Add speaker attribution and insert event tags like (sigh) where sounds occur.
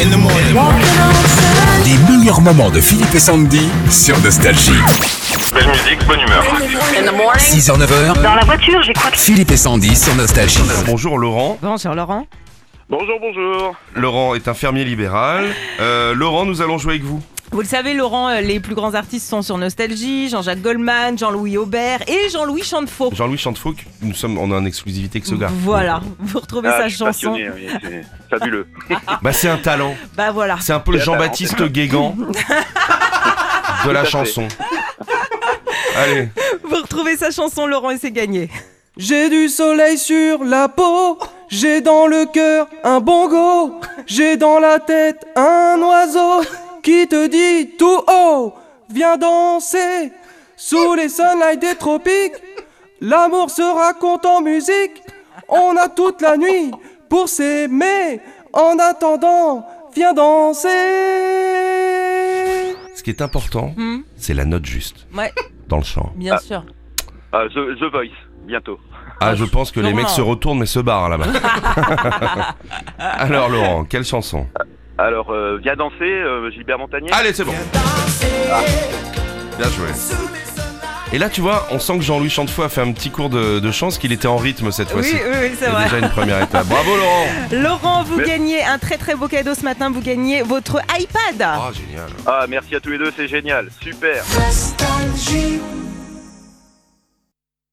Speaker 1: in the morning.
Speaker 2: Les meilleurs moments de Philippe et Sandy sur Nostalgie.
Speaker 3: Belle musique, bonne humeur.
Speaker 2: 6h, 9h,
Speaker 4: Dans la voiture, j'écoute.
Speaker 2: Philippe et Sandy sur Nostalgie.
Speaker 3: Bonjour Laurent.
Speaker 4: Bonjour Laurent.
Speaker 5: Bonjour, bonjour.
Speaker 3: Laurent est un fermier libéral. Euh, Laurent, nous allons jouer avec vous.
Speaker 4: Vous le savez, Laurent, euh, les plus grands artistes sont sur Nostalgie, Jean-Jacques Goldman, Jean-Louis Aubert et Jean-Louis Chantefaux.
Speaker 3: Jean-Louis Chantefouque, nous sommes en en exclusivité avec ce gars.
Speaker 4: Voilà, vous retrouvez
Speaker 5: Ah,
Speaker 4: sa
Speaker 5: je suis
Speaker 4: chanson.
Speaker 5: passionné, oui, c'est fabuleux.
Speaker 4: Ah.
Speaker 3: Bah c'est un
Speaker 4: (laughs)
Speaker 3: talent.
Speaker 4: Bah voilà.
Speaker 3: C'est un peu le
Speaker 5: C'est un
Speaker 3: Jean-Baptiste
Speaker 4: (laughs)
Speaker 3: Guégan de la
Speaker 5: fait.
Speaker 3: chanson. Allez,
Speaker 4: Vous retrouvez sa chanson, Laurent, et c'est gagné.
Speaker 6: J'ai du soleil sur la peau, j'ai dans le cœur un bongo, j'ai dans la tête un oiseau qui te dit tout haut, viens danser sous les sunlights des tropiques. L'amour se raconte en musique, on a toute la nuit pour s'aimer. En attendant, viens danser.
Speaker 3: ce qui est important,
Speaker 4: Hmm.
Speaker 3: c'est la note juste
Speaker 4: Ouais,
Speaker 3: dans le chant.
Speaker 4: bien sûr.
Speaker 5: Ah, The, The Voice, bientôt.
Speaker 3: Ah, je pense que les
Speaker 4: Laurent.
Speaker 3: mecs se retournent mais se barrent là-bas.
Speaker 4: (laughs)
Speaker 3: Alors Laurent, quelle chanson
Speaker 5: Alors, euh, viens danser, euh, Gilbert Montagnier.
Speaker 3: Allez, c'est bon. Bien joué. Et là, tu vois, on sent que Jean-Louis Chantefoy a fait un petit cours de, de chance, qu'il était en rythme cette
Speaker 4: Oui,
Speaker 3: fois-ci.
Speaker 4: oui, oui, c'est
Speaker 3: C'est
Speaker 4: vrai.
Speaker 3: déjà une première étape. Bravo Laurent
Speaker 4: Laurent, vous
Speaker 5: Mais-
Speaker 4: gagnez un très très beau cadeau ce matin. Vous gagnez votre iPad.
Speaker 3: génial
Speaker 5: Ah, merci à tous les deux, c'est génial, super.